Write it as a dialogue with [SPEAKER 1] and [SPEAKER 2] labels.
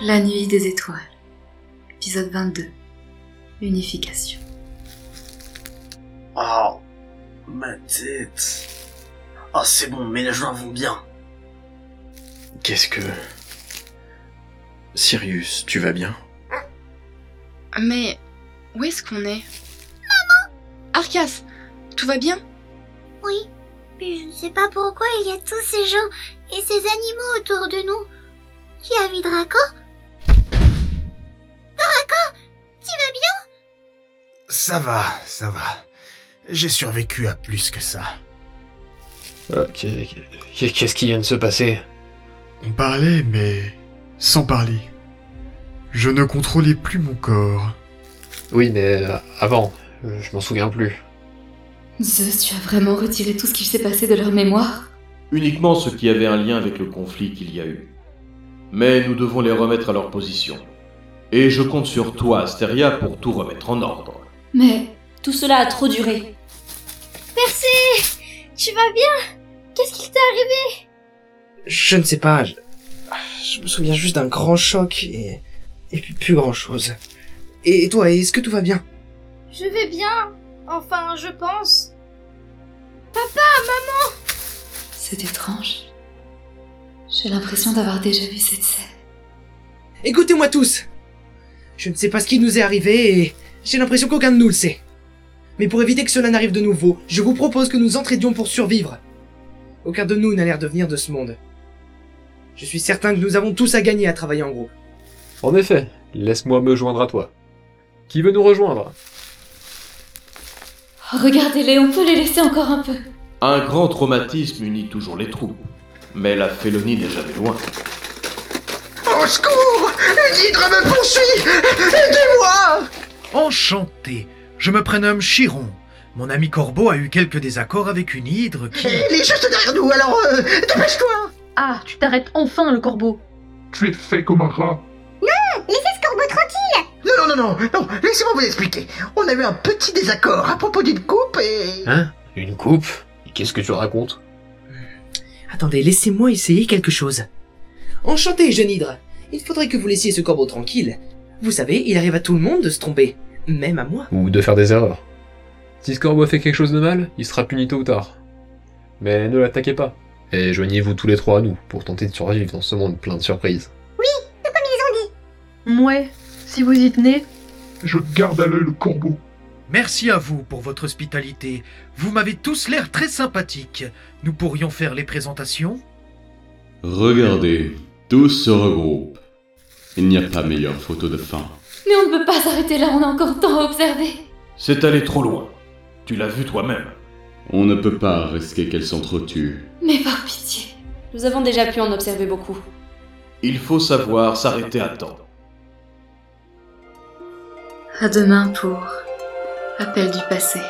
[SPEAKER 1] La nuit des étoiles. Épisode 22. L'unification.
[SPEAKER 2] Oh, ma tête. Ah, c'est bon, mes joints vont bien.
[SPEAKER 3] Qu'est-ce que... Sirius, tu vas bien
[SPEAKER 4] Ah, Mais où est-ce qu'on est Maman Arcas, tout va bien
[SPEAKER 5] Oui, mais je ne sais pas pourquoi il y a tous ces gens et ces animaux autour de nous. Qui a vu Draco Draco Tu vas bien
[SPEAKER 6] Ça va, ça va. J'ai survécu à plus que ça.
[SPEAKER 7] Euh, Qu'est-ce qui vient de se passer
[SPEAKER 6] On parlait, mais sans parler. Je ne contrôlais plus mon corps.
[SPEAKER 7] Oui, mais euh, avant, euh, je m'en souviens plus.
[SPEAKER 1] Zeus, tu as vraiment retiré tout ce qui s'est passé de leur mémoire
[SPEAKER 8] uniquement ceux qui avaient un lien avec le conflit qu'il y a eu. Mais nous devons les remettre à leur position. Et je compte sur toi, Astéria, pour tout remettre en ordre.
[SPEAKER 1] Mais
[SPEAKER 9] Tout cela a Ah, trop duré.
[SPEAKER 5] Percé Tu vas bien Qu'est-ce qui t'est arrivé
[SPEAKER 10] Je ne sais pas. Je, je me souviens juste d'un grand choc et, et puis plus grand chose. Et, et toi, est-ce que tout va bien
[SPEAKER 11] Je vais bien. Enfin, je pense.
[SPEAKER 1] c'est étrange. J'ai l'impression d'avoir déjà vu cette scène.
[SPEAKER 10] Écoutez-moi tous Je ne sais pas ce qui nous est arrivé et j'ai l'impression qu'aucun de nous le sait. Mais pour éviter que cela n'arrive de nouveau, je vous propose que nous entraidions pour survivre. Aucun de nous n'a l'air de venir de ce monde. Je suis certain que nous avons tous à gagner à travailler en groupe.
[SPEAKER 7] En effet, laisse-moi me joindre à toi. Qui veut nous rejoindre
[SPEAKER 1] Oh, Regardez-les, on peut les laisser encore un peu.
[SPEAKER 8] Un grand traumatisme unit toujours les troupes. Mais la félonie n'est jamais loin.
[SPEAKER 6] Au secours L'hydre me poursuit Aidez-moi Enchanté. Je me prénomme Chiron. Mon ami Corbeau a eu quelques désaccords avec une hydre qui...
[SPEAKER 12] Il est juste derrière nous, alors euh, dépêche-toi
[SPEAKER 9] Ah, tu t'arrêtes enfin, le corbeau.
[SPEAKER 13] Tu es fait comme un rat.
[SPEAKER 12] Non, non, non,
[SPEAKER 10] Oh,
[SPEAKER 12] non, non, laissez-moi vous expliquer. On a eu un petit désaccord à propos d'une coupe et...
[SPEAKER 7] Hein Une coupe Qu'est-ce que tu racontes
[SPEAKER 10] Hmm. Attendez, laissez-moi essayer quelque chose. Enchanté, jeune hydre. Il faudrait que vous laissiez ce corbeau tranquille. Vous savez, il arrive à tout le monde de se tromper. Même à moi.
[SPEAKER 7] Ou de faire des erreurs. Si Scorbo a fait quelque chose de mal, il sera puni tôt ou tard. Mais ne l'attaquez pas. Et joignez-vous tous les trois à nous pour tenter de survivre dans ce monde plein de surprises.
[SPEAKER 9] Mouais, si vous y tenez.
[SPEAKER 13] Je garde à l'œil le corbeau.
[SPEAKER 6] Merci à vous pour votre hospitalité. Vous m'avez tous l'air très sympathique. Nous pourrions faire les présentations
[SPEAKER 14] Regardez, tous se regroupent. Il n'y a pas meilleure photo de fin.
[SPEAKER 1] Mais on ne peut pas s'arrêter là, on a encore tant à observer.
[SPEAKER 8] C'est allé trop loin. Tu l'as vu toi-même.
[SPEAKER 14] On ne peut pas risquer qu'elle s'entretue.
[SPEAKER 1] Mais par pitié.
[SPEAKER 9] Nous avons déjà pu en observer beaucoup.
[SPEAKER 8] Il faut savoir s'arrêter à temps.
[SPEAKER 1] À demain pour Appel du passé.